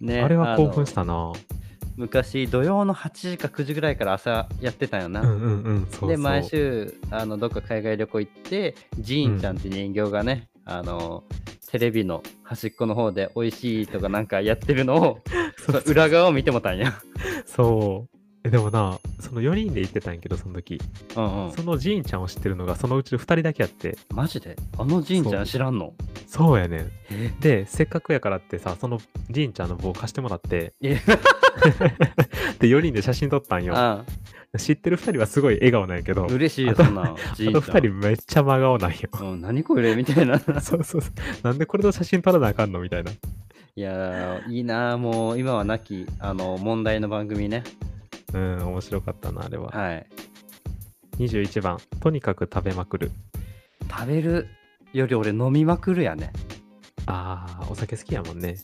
[SPEAKER 2] ね
[SPEAKER 1] あれは興奮し
[SPEAKER 2] あ
[SPEAKER 1] たな。
[SPEAKER 2] の昔土曜の8時か9時ぐらいから朝やってたんよな、
[SPEAKER 1] うんうんうん、 そうそう。
[SPEAKER 2] で毎週あのどっか海外旅行行ってジーンちゃんって人形がね、あのテレビの端っこの方で美味しいとかなんかやってるのを
[SPEAKER 1] そう
[SPEAKER 2] そ
[SPEAKER 1] そう
[SPEAKER 2] う裏側を見てもたんや
[SPEAKER 1] そう。えでもな、その4人で行ってたんやけど、その時。
[SPEAKER 2] うん、うん、
[SPEAKER 1] そのジーンちゃんを知ってるのが、そのうちの2人だけやって。
[SPEAKER 2] マジであのジーンちゃん知らんの
[SPEAKER 1] そうやねん。
[SPEAKER 2] え
[SPEAKER 1] で、せっかくやからってさ、そのジーンちゃんの棒貸してもらって、
[SPEAKER 2] え
[SPEAKER 1] で、4人で写真撮ったんよ。
[SPEAKER 2] あ
[SPEAKER 1] 知ってる2人はすごい笑顔なんやけど、
[SPEAKER 2] あ
[SPEAKER 1] あ
[SPEAKER 2] 嬉しいよそんなん
[SPEAKER 1] と
[SPEAKER 2] ジーンちゃん
[SPEAKER 1] 2人めっちゃ真顔なんよ。
[SPEAKER 2] うん、何これみ たいな
[SPEAKER 1] そうそうそう。なんでこれと写真撮らなあかんのみたいな。
[SPEAKER 2] いやーいいなーもう今はなきあの問題の番組ね
[SPEAKER 1] うん、面白かったな、あれは。
[SPEAKER 2] はい
[SPEAKER 1] 21番、とにかく食べまくる。
[SPEAKER 2] 食べるより俺飲みまくるやね
[SPEAKER 1] あー、お酒好きやもんね。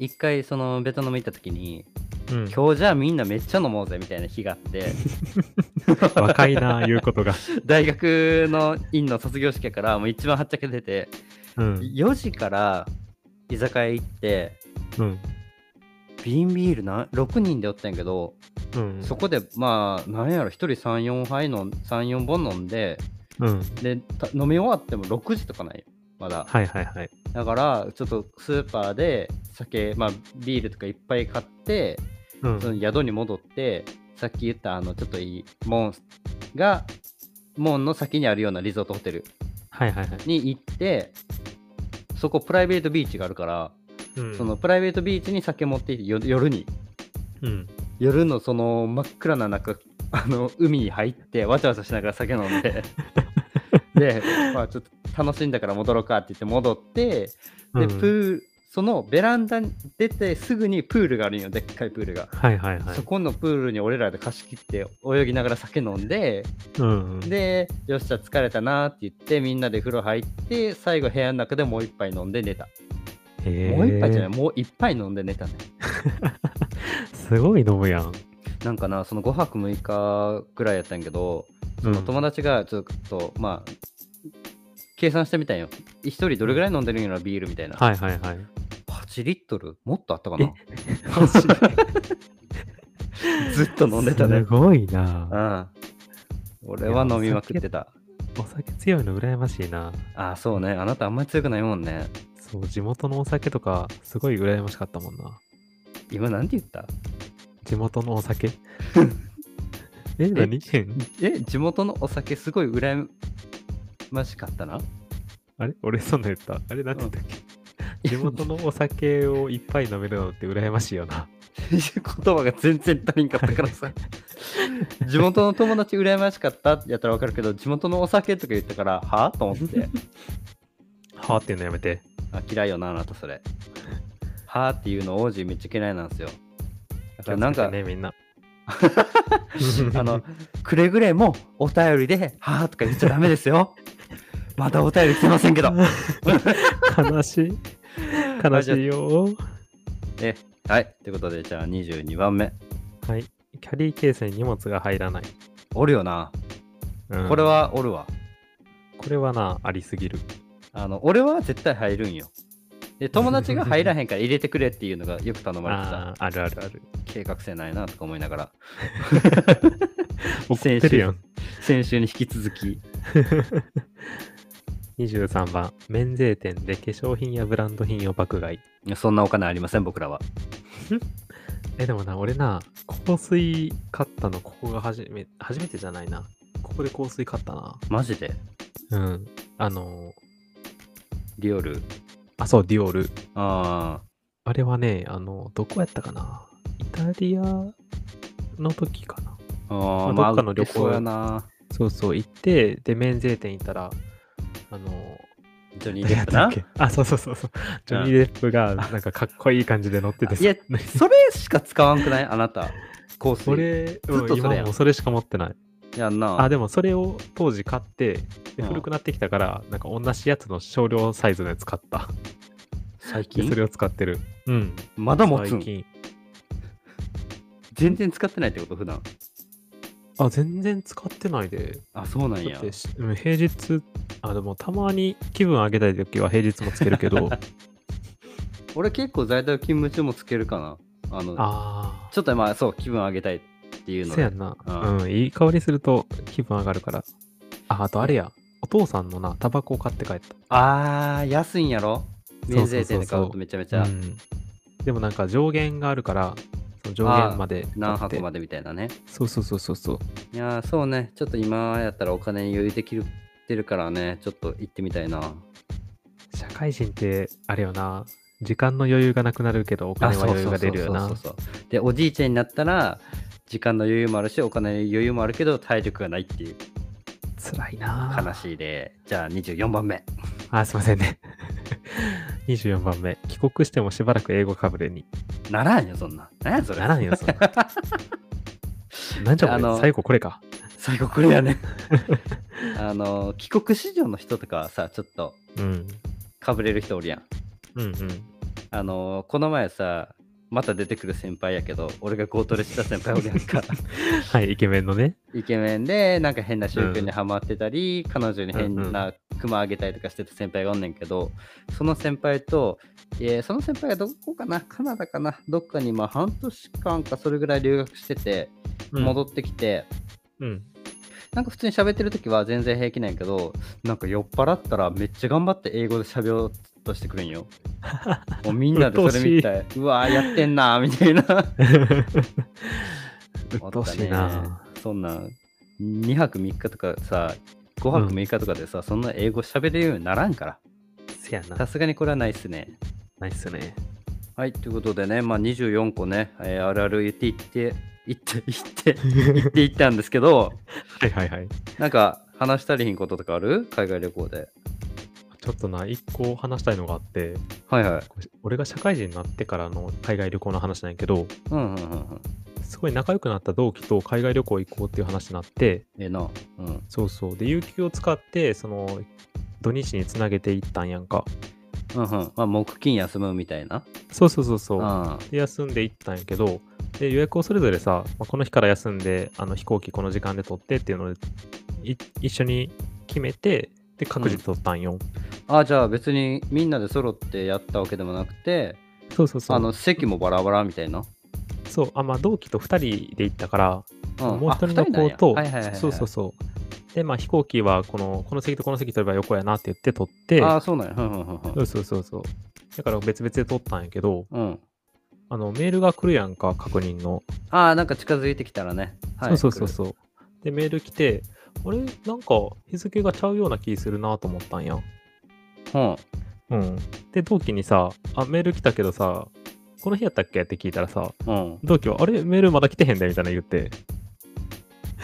[SPEAKER 2] 一回そのベトナム行った時に
[SPEAKER 1] うん。
[SPEAKER 2] 今日じゃあみんなめっちゃ飲もうぜみたいな日があって
[SPEAKER 1] 若いな、言うことが。
[SPEAKER 2] 大学の院の卒業式やからもう一番はっちゃけてて
[SPEAKER 1] うん。
[SPEAKER 2] 4時から居酒屋行って
[SPEAKER 1] うん。
[SPEAKER 2] 瓶ビールな6人でおったんやけど、
[SPEAKER 1] うん。
[SPEAKER 2] そこでまあなんやろ1人34杯の34本飲んで
[SPEAKER 1] うん。
[SPEAKER 2] でた飲み終わっても6時とかないよまだ
[SPEAKER 1] はいはいはい。
[SPEAKER 2] だからちょっとスーパーで酒まあビールとかいっぱい買って
[SPEAKER 1] う
[SPEAKER 2] そ
[SPEAKER 1] ん。
[SPEAKER 2] の宿に戻って、さっき言ったあのちょっといい門が門の先にあるようなリゾートホテル
[SPEAKER 1] はいはいはい。
[SPEAKER 2] に行ってそこプライベートビーチがあるから、
[SPEAKER 1] うん
[SPEAKER 2] その、プライベートビーチに酒持って行ってよ夜に
[SPEAKER 1] うん。
[SPEAKER 2] 夜のその真っ暗な中あの海に入ってわちゃわちゃしながら酒飲 んでで、まあ、ちょっと楽しんだから戻ろうかって言って戻ってで、
[SPEAKER 1] うん
[SPEAKER 2] プールそのベランダに出てすぐにプールがあるんよでっかいプールが。
[SPEAKER 1] はいはいはい
[SPEAKER 2] そ。このプールに俺らで貸し切って泳ぎながら酒飲んで、
[SPEAKER 1] うん。
[SPEAKER 2] で、よっしゃ、疲れたなーって言って、みんなで風呂入って、最後部屋の中でもう一杯飲んで寝た。
[SPEAKER 1] へー
[SPEAKER 2] もう一杯じゃない、もう一杯飲んで寝たね。
[SPEAKER 1] すごい飲むやん。
[SPEAKER 2] なんかな、その5泊6日ぐらいやったんやけど、その友達がちょっと、まあ、計算してみたんよ。一人どれぐらい飲んでるんやろ、ビールみたいな。
[SPEAKER 1] はいはいはい。
[SPEAKER 2] 8リットルもっとあったかな
[SPEAKER 1] えマジで
[SPEAKER 2] ずっと飲んでたね
[SPEAKER 1] す。ごいうな。
[SPEAKER 2] ん。俺は飲みまくってた。
[SPEAKER 1] お酒強いの羨ましいな。
[SPEAKER 2] ああ、そうね。あなたあんまり強くないもんね。
[SPEAKER 1] そう、地元のお酒とか、すごい羨ましかったもんな。
[SPEAKER 2] 今なんて言った
[SPEAKER 1] 地元のお 酒え、何うん
[SPEAKER 2] え地元のお酒すごい羨ましかったな
[SPEAKER 1] あれ俺そんなん言った。あれなんて言ったっけ地元のお酒をいっぱい飲めるのって羨ましいよな。
[SPEAKER 2] 言葉が全然足りんかったか らさ地元の友達羨ましかったやったらわかるけど地元のお酒とか言ったからはあと思って
[SPEAKER 1] はあっていうのやめて。
[SPEAKER 2] あ嫌いよなあなたそれはあっていうの王子めっちゃ嫌いなんですよだからなん
[SPEAKER 1] 気
[SPEAKER 2] か、
[SPEAKER 1] をつけてね、みんな。
[SPEAKER 2] あのくれぐれもお便りではあとか言っちゃダメですよまたお便り来てませんけど
[SPEAKER 1] 悲しい。悲しいよ。
[SPEAKER 2] はい。ということで、じゃあ22番目。
[SPEAKER 1] はい。キャリーケースに荷物が入らない。
[SPEAKER 2] おるよな。
[SPEAKER 1] うん
[SPEAKER 2] これ。はおるわ。
[SPEAKER 1] これはな、ありすぎる。
[SPEAKER 2] あの、俺は絶対入るんよ。 で、友達が入らへんから入れてくれっていうのがよく頼まれてた。
[SPEAKER 1] ああー、あるあるある。
[SPEAKER 2] 計画性ないなとか思いながら。
[SPEAKER 1] 怒ってるやん。
[SPEAKER 2] 先週に引き続き。
[SPEAKER 1] 23番、免税店で化粧品やブランド品を爆買い。
[SPEAKER 2] いやそんなお金ありません、僕らは。
[SPEAKER 1] え、でもな、俺な、香水買ったの、ここが初め、初めてじゃないな。ここで香水買ったな。
[SPEAKER 2] マジで。
[SPEAKER 1] うん。あの、
[SPEAKER 2] ディオール。
[SPEAKER 1] あ、そう、ディオール。
[SPEAKER 2] あ
[SPEAKER 1] あれはね、あの、どこやったかなイタリアの時かな。
[SPEAKER 2] ーあー、
[SPEAKER 1] まあど
[SPEAKER 2] まあ、
[SPEAKER 1] っかの旅行
[SPEAKER 2] そうやな。
[SPEAKER 1] そうそう、行って、で、免税店行ったら、あの、
[SPEAKER 2] ジ ョニー・
[SPEAKER 1] 誰
[SPEAKER 2] デ
[SPEAKER 1] や
[SPEAKER 2] ッ
[SPEAKER 1] っ
[SPEAKER 2] プ
[SPEAKER 1] た
[SPEAKER 2] な
[SPEAKER 1] っ。けあ、そうそうそうそう。ジョニー・デップが、なんかかっこいい感じで乗っててさ
[SPEAKER 2] いや、それしか使わんくないあなた。香水。
[SPEAKER 1] それ、
[SPEAKER 2] ずっと
[SPEAKER 1] うん
[SPEAKER 2] それやん
[SPEAKER 1] 今もうそれしか持ってない。
[SPEAKER 2] やんな。
[SPEAKER 1] あ、でもそれを当時買って、で
[SPEAKER 2] うん
[SPEAKER 1] 古くなってきたから、なんか同じやつの少量サイズのやつ買った。
[SPEAKER 2] 最
[SPEAKER 1] で、そ
[SPEAKER 2] 近
[SPEAKER 1] れを使ってる。うん。
[SPEAKER 2] まだ持つ
[SPEAKER 1] 最
[SPEAKER 2] ん
[SPEAKER 1] 近。
[SPEAKER 2] 全然使ってないってこと普段。
[SPEAKER 1] あ、全然使ってないで。
[SPEAKER 2] あ、そうなん
[SPEAKER 1] だ
[SPEAKER 2] や
[SPEAKER 1] っ。てし、うん平日、あ、でもたまに気分上げたい時は平日もつけるけ ど、
[SPEAKER 2] 俺結構在宅勤務中もつけるかな。あの、
[SPEAKER 1] あ
[SPEAKER 2] ちょっとまあそう、気分上げたいってい
[SPEAKER 1] あ、
[SPEAKER 2] う
[SPEAKER 1] そ
[SPEAKER 2] の
[SPEAKER 1] う
[SPEAKER 2] で。
[SPEAKER 1] やんな。
[SPEAKER 2] うん
[SPEAKER 1] うん、いい香りすると気分上がるから。あ、あとあれや。お父さんのな、タバコを買って帰った。
[SPEAKER 2] あー、安いんやろ免税店で買うとめちゃめちゃ
[SPEAKER 1] うん、でもなんか上限があるからその上限まで
[SPEAKER 2] 何箱ま
[SPEAKER 1] で
[SPEAKER 2] でみたいなね。
[SPEAKER 1] そうそうそうそうそう
[SPEAKER 2] いやー、そうね。ちょっと今やったらお金に余裕できるてるからね、ちょっと行ってみたいな。
[SPEAKER 1] 社会人ってあれよな時間の余裕がなくなるけどお金は余裕が出るよな
[SPEAKER 2] そうそうそうそうで、おじいちゃんになったら、時間の余裕もあるし、お金の余裕もあるけど、体力がないっていう
[SPEAKER 1] 辛いな
[SPEAKER 2] 悲しいで。じゃあ24番目。
[SPEAKER 1] あすいませんね 24番目帰国してもしばらく英語かぶれに
[SPEAKER 2] ならんよ、そんな。なんやそれ。
[SPEAKER 1] ならんよそんな なんじゃ
[SPEAKER 2] あ
[SPEAKER 1] こ
[SPEAKER 2] の
[SPEAKER 1] れ最後これか
[SPEAKER 2] 最後これやねあの帰国子女の人とかはさちょっと
[SPEAKER 1] うん
[SPEAKER 2] かぶれる人おるやん
[SPEAKER 1] うんうん
[SPEAKER 2] あのこの前さまた出てくる先輩やけど俺がゴートレした先輩おるやんか
[SPEAKER 1] はいイケメンのね
[SPEAKER 2] イケメンでなんか変な宗教にハマってたり、彼女に変なクマあげたりとかしてた先輩がおんねんけどその先輩とえーその先輩がどこかなカナダかなどっかにまあ半年間かそれぐらい留学してて戻
[SPEAKER 1] っ
[SPEAKER 2] ってきて、
[SPEAKER 1] うん
[SPEAKER 2] なんか普通に喋ってる時は全然平気なんやけど、なんか酔っ払ったらめっちゃ頑張って英語で喋ろうとしてくる んよ。もうみんなでそれ見たい。うわーやってんなーみたいな。
[SPEAKER 1] うっとうしい
[SPEAKER 2] 思った
[SPEAKER 1] な
[SPEAKER 2] ねそんなん、2泊3日とかさ、5泊6日とかでさ、そんな英語喋れるようにならんから。
[SPEAKER 1] せや
[SPEAKER 2] さ
[SPEAKER 1] な
[SPEAKER 2] すがにこれはないっすね。
[SPEAKER 1] ないっす ね
[SPEAKER 2] はい、ということでね、まあ、24個ね、えーあるある言っていって、言って、言って、言っていったんですけど、
[SPEAKER 1] はいはいはい
[SPEAKER 2] なんか話したりひんこととかある海外旅行で。
[SPEAKER 1] ちょっとな、一個話したいのがあって、
[SPEAKER 2] はいはい。
[SPEAKER 1] これ俺が社会人になってからの海外旅行の話なんやけど、
[SPEAKER 2] うんうんうんうん。
[SPEAKER 1] すごい仲良くなった同期と海外旅行行こうっていう話になって、
[SPEAKER 2] ええな。うん。
[SPEAKER 1] そうそう。で、有給を使って、その、土日につなげていったんやんか。
[SPEAKER 2] うんうん。まあ、木金休むみたいな。
[SPEAKER 1] そうそうそうそうう。
[SPEAKER 2] ん。
[SPEAKER 1] で、休んでいったんやけど、で、予約をそれぞれさ、まあこの日から休んで、あの飛行機この時間で取ってっていうので、い一緒に決めて、で、各自取ったんよ。
[SPEAKER 2] あ、じゃあ別にみんなで揃ってやったわけでもなくて、
[SPEAKER 1] そうそうそう。
[SPEAKER 2] あの、席もバラバラみたいな。
[SPEAKER 1] そう、あ、まあ、同期と2人で行ったから、
[SPEAKER 2] うん。
[SPEAKER 1] もう一人
[SPEAKER 2] あ
[SPEAKER 1] の
[SPEAKER 2] 二なん
[SPEAKER 1] 子
[SPEAKER 2] や
[SPEAKER 1] と、
[SPEAKER 2] はいはいはいはい。
[SPEAKER 1] そうそうそう。で、まあ飛行機はこのこの席とこの席取れば横やなって言って取って、
[SPEAKER 2] ああ、そうなんや。うんうんうん
[SPEAKER 1] そうそうそうそう。だから別々で取ったんやけど、
[SPEAKER 2] うん。うん。
[SPEAKER 1] あのメールが来るやんか、確認の。
[SPEAKER 2] ああ、なんか近づいてきたらね。はい。
[SPEAKER 1] そうそうそうそう。で、メール来て、あれなんか日付がちゃうような気するなと思ったんや。
[SPEAKER 2] う。うん。
[SPEAKER 1] うん。で、同期にさ、あ、メール来たけどさ、この日やったっけって聞いたらさ、
[SPEAKER 2] うん。
[SPEAKER 1] 同期は、あれメールまだ来てへんでみたいな言って、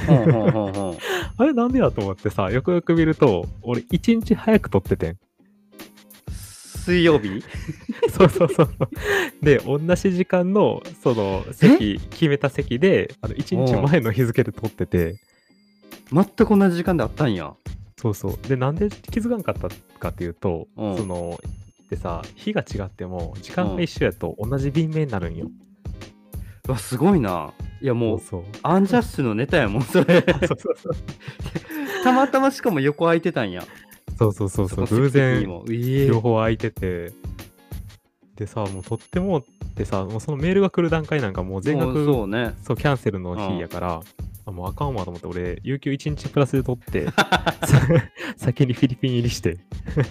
[SPEAKER 2] うんうんうんうん。
[SPEAKER 1] あれなんでやと思ってさ、よくよく見ると、俺1日早く取っててん。
[SPEAKER 2] 水曜日
[SPEAKER 1] そうそうそうそう。で、同じ時間の、その、席、決めた席で、あの、1日前の日付で撮ってて、
[SPEAKER 2] 全く同じ時間であったんや。
[SPEAKER 1] そうそう。で、なんで気づかんかったかっていうと、
[SPEAKER 2] うん
[SPEAKER 1] その、ってさ、日が違っても、時間が一緒やと同じ便名になるんよ。
[SPEAKER 2] うわすごいないやもう
[SPEAKER 1] そう。
[SPEAKER 2] アンジャッシュのネタやもんそ
[SPEAKER 1] そ
[SPEAKER 2] れ
[SPEAKER 1] う そうそう
[SPEAKER 2] たまたましかも横空いてたんや
[SPEAKER 1] そうそうそうそう
[SPEAKER 2] こ
[SPEAKER 1] 偶
[SPEAKER 2] 席
[SPEAKER 1] 然
[SPEAKER 2] もええ
[SPEAKER 1] 両方空いててでさもうとってもってさもうそのメールが来る段階なんかもう全
[SPEAKER 2] もう
[SPEAKER 1] 額
[SPEAKER 2] そうね
[SPEAKER 1] そうキャンセルの日やから、あもうあかんわと思って俺有給1日プラスで取って さ先にフィリピン入りして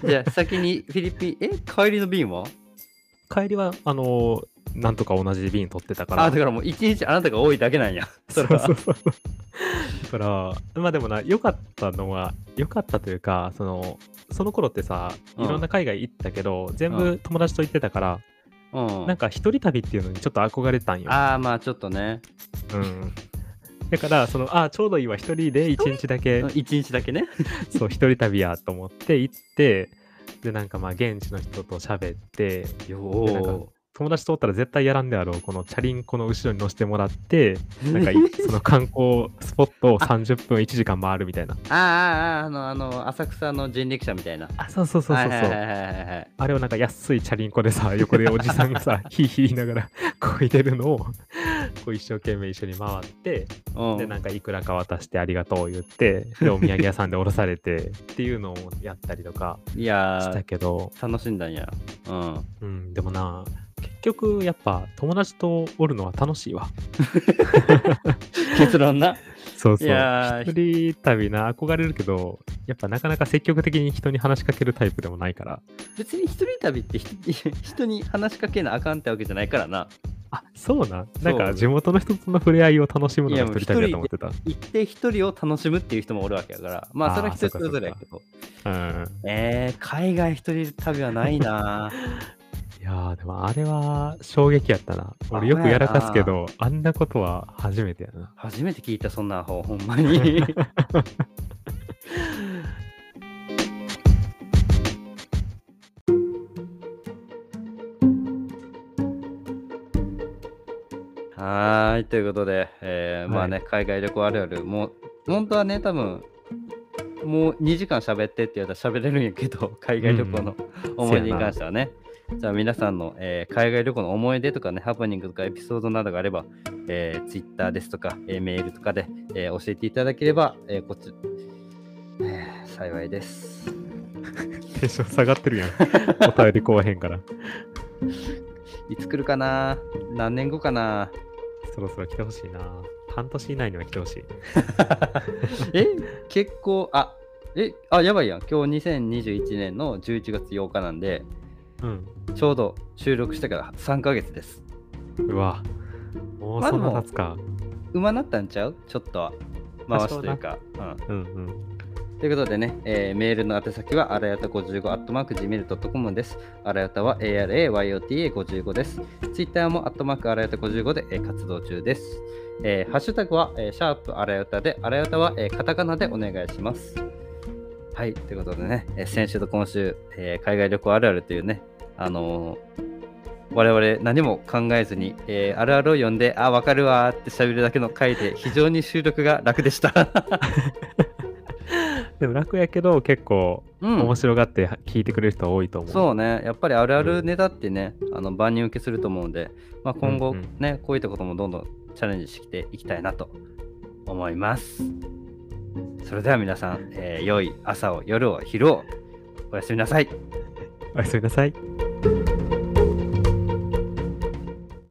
[SPEAKER 2] じゃあ先 にフィリピンえ帰りの便は
[SPEAKER 1] 帰りはあのーなんとか同じ便取ってたから
[SPEAKER 2] あだからもう一日あなたが多いだけなんやそれは
[SPEAKER 1] そうそうそう だからまあでもな良かったのは良かったというかそのその頃ってさいろんな海外行ったけど、全
[SPEAKER 2] う
[SPEAKER 1] 部友達と行ってたから、
[SPEAKER 2] うん
[SPEAKER 1] なんか一人旅っていうのにちょっと憧れたんよ。
[SPEAKER 2] ああまあちょっとね
[SPEAKER 1] うん、だからそのあちょうどいいわ一人で一日だけ
[SPEAKER 2] 一日だけね
[SPEAKER 1] そう一人旅やと思って行ってでなんかまあ現地の人と喋って
[SPEAKER 2] よ
[SPEAKER 1] でなんか友達とおったら絶対やらんであろうこのチャリンコの後ろに乗せてもらって
[SPEAKER 2] ー
[SPEAKER 1] なんか いその観光スポットを30分1時間回るみたいな。
[SPEAKER 2] あああああのあの浅草の人力車みたいな
[SPEAKER 1] あそうそうそうそうそう。
[SPEAKER 2] はいはいはいはいはい
[SPEAKER 1] あれをなんか安いチャリンコでさ、横でおじさんが さ、ヒーヒー言いながら、 こいでるのを、こう一生懸命一緒に回って、
[SPEAKER 2] うん
[SPEAKER 1] でなんかいくらか渡してありがとう言ってでお土産屋さんで降ろされてっていうのをやったりとか
[SPEAKER 2] い
[SPEAKER 1] し
[SPEAKER 2] や
[SPEAKER 1] た
[SPEAKER 2] ー
[SPEAKER 1] けど、
[SPEAKER 2] 楽しんだんやうん
[SPEAKER 1] うん、でもな結局やっぱ友達とおるのは楽しいわ
[SPEAKER 2] 結論な
[SPEAKER 1] そうそう
[SPEAKER 2] いや
[SPEAKER 1] 一
[SPEAKER 2] ー
[SPEAKER 1] 人旅な憧れるけどやっぱなかなか積極的に人に話しかけるタイプでもないから
[SPEAKER 2] 別に一人旅って人 人に話しかけなあかんってわけじゃないからな
[SPEAKER 1] あそうななん
[SPEAKER 2] そ
[SPEAKER 1] か
[SPEAKER 2] う
[SPEAKER 1] 地元の人との触れ合いを楽しむの
[SPEAKER 2] いや
[SPEAKER 1] が
[SPEAKER 2] も
[SPEAKER 1] 一
[SPEAKER 2] う
[SPEAKER 1] 人旅だと思ってた
[SPEAKER 2] 行って一人を楽しむっていう人もおるわけやからまあそれは
[SPEAKER 1] あー
[SPEAKER 2] 人
[SPEAKER 1] そ
[SPEAKER 2] そ
[SPEAKER 1] っかそっ
[SPEAKER 2] れ
[SPEAKER 1] か
[SPEAKER 2] ぞれやけど
[SPEAKER 1] うん
[SPEAKER 2] えー、海外一人旅はないな
[SPEAKER 1] いやーでもあれは衝撃やったな俺よくやらかすけどあんなことは初めてやな
[SPEAKER 2] 初めて聞いたそんなアホほんまにはーいということで、えーまあね、海外旅行あるあるもう本当はね多分もう2時間喋ってって言われたら喋れるんやけど海外旅行の思い出に関してはね、じゃあ皆さんの、えー海外旅行の思い出とかね、ハプニングとかエピソードなどがあれば、えー、Twitter ですとか、えーメールとかで、えー教えていただければ、えーこっち、えー幸いです。
[SPEAKER 1] テンション下がってるやん。 お便り来おへんから。
[SPEAKER 2] いつ来るかな何年後かな
[SPEAKER 1] そろそろ来てほしいな。半年以内には来てほしい。
[SPEAKER 2] え、結構、あ、え、あ、やばいやん。今日2021年の11月8日なんで、
[SPEAKER 1] うん。
[SPEAKER 2] ちょうど収録してから3ヶ月です。
[SPEAKER 1] うわ。もう
[SPEAKER 2] まあ
[SPEAKER 1] そ
[SPEAKER 2] で
[SPEAKER 1] ん
[SPEAKER 2] も
[SPEAKER 1] な経つか。
[SPEAKER 2] 馬なったんちゃうちょっとは。回しというか。うん
[SPEAKER 1] うんうん。
[SPEAKER 2] ということでね、えーメールの宛先は、あらやた55、アットマーク、gmail.com です。あらやたは ARAYOTA55 です。ツイッターも、アットマーク、あらやた55で、えー活動中です。えーハッシュタグは、えーシャープあらやたで、あらやたは、えーカタカナでお願いします。はい、ということでね、えー先週と今週、えー海外旅行あるあるというね、あのー我々何も考えずに、えーあるあるを読んで、あ、わかるわーって喋るだけの回で、非常に収録が楽でした。
[SPEAKER 1] でも楽やけど、結構
[SPEAKER 2] う ん
[SPEAKER 1] 面白がって聞いてくれる人多いと思う。
[SPEAKER 2] そうね、やっぱりあるあるネタってね、あの万人受けすると思うんで、まあ、今後
[SPEAKER 1] うんう
[SPEAKER 2] ね、
[SPEAKER 1] ん
[SPEAKER 2] こういったこともどんどんチャレンジしていきたいなと思います。それでは皆さん、えー良い朝を、夜を、昼を、おやすみなさい。
[SPEAKER 1] おやすみなさい。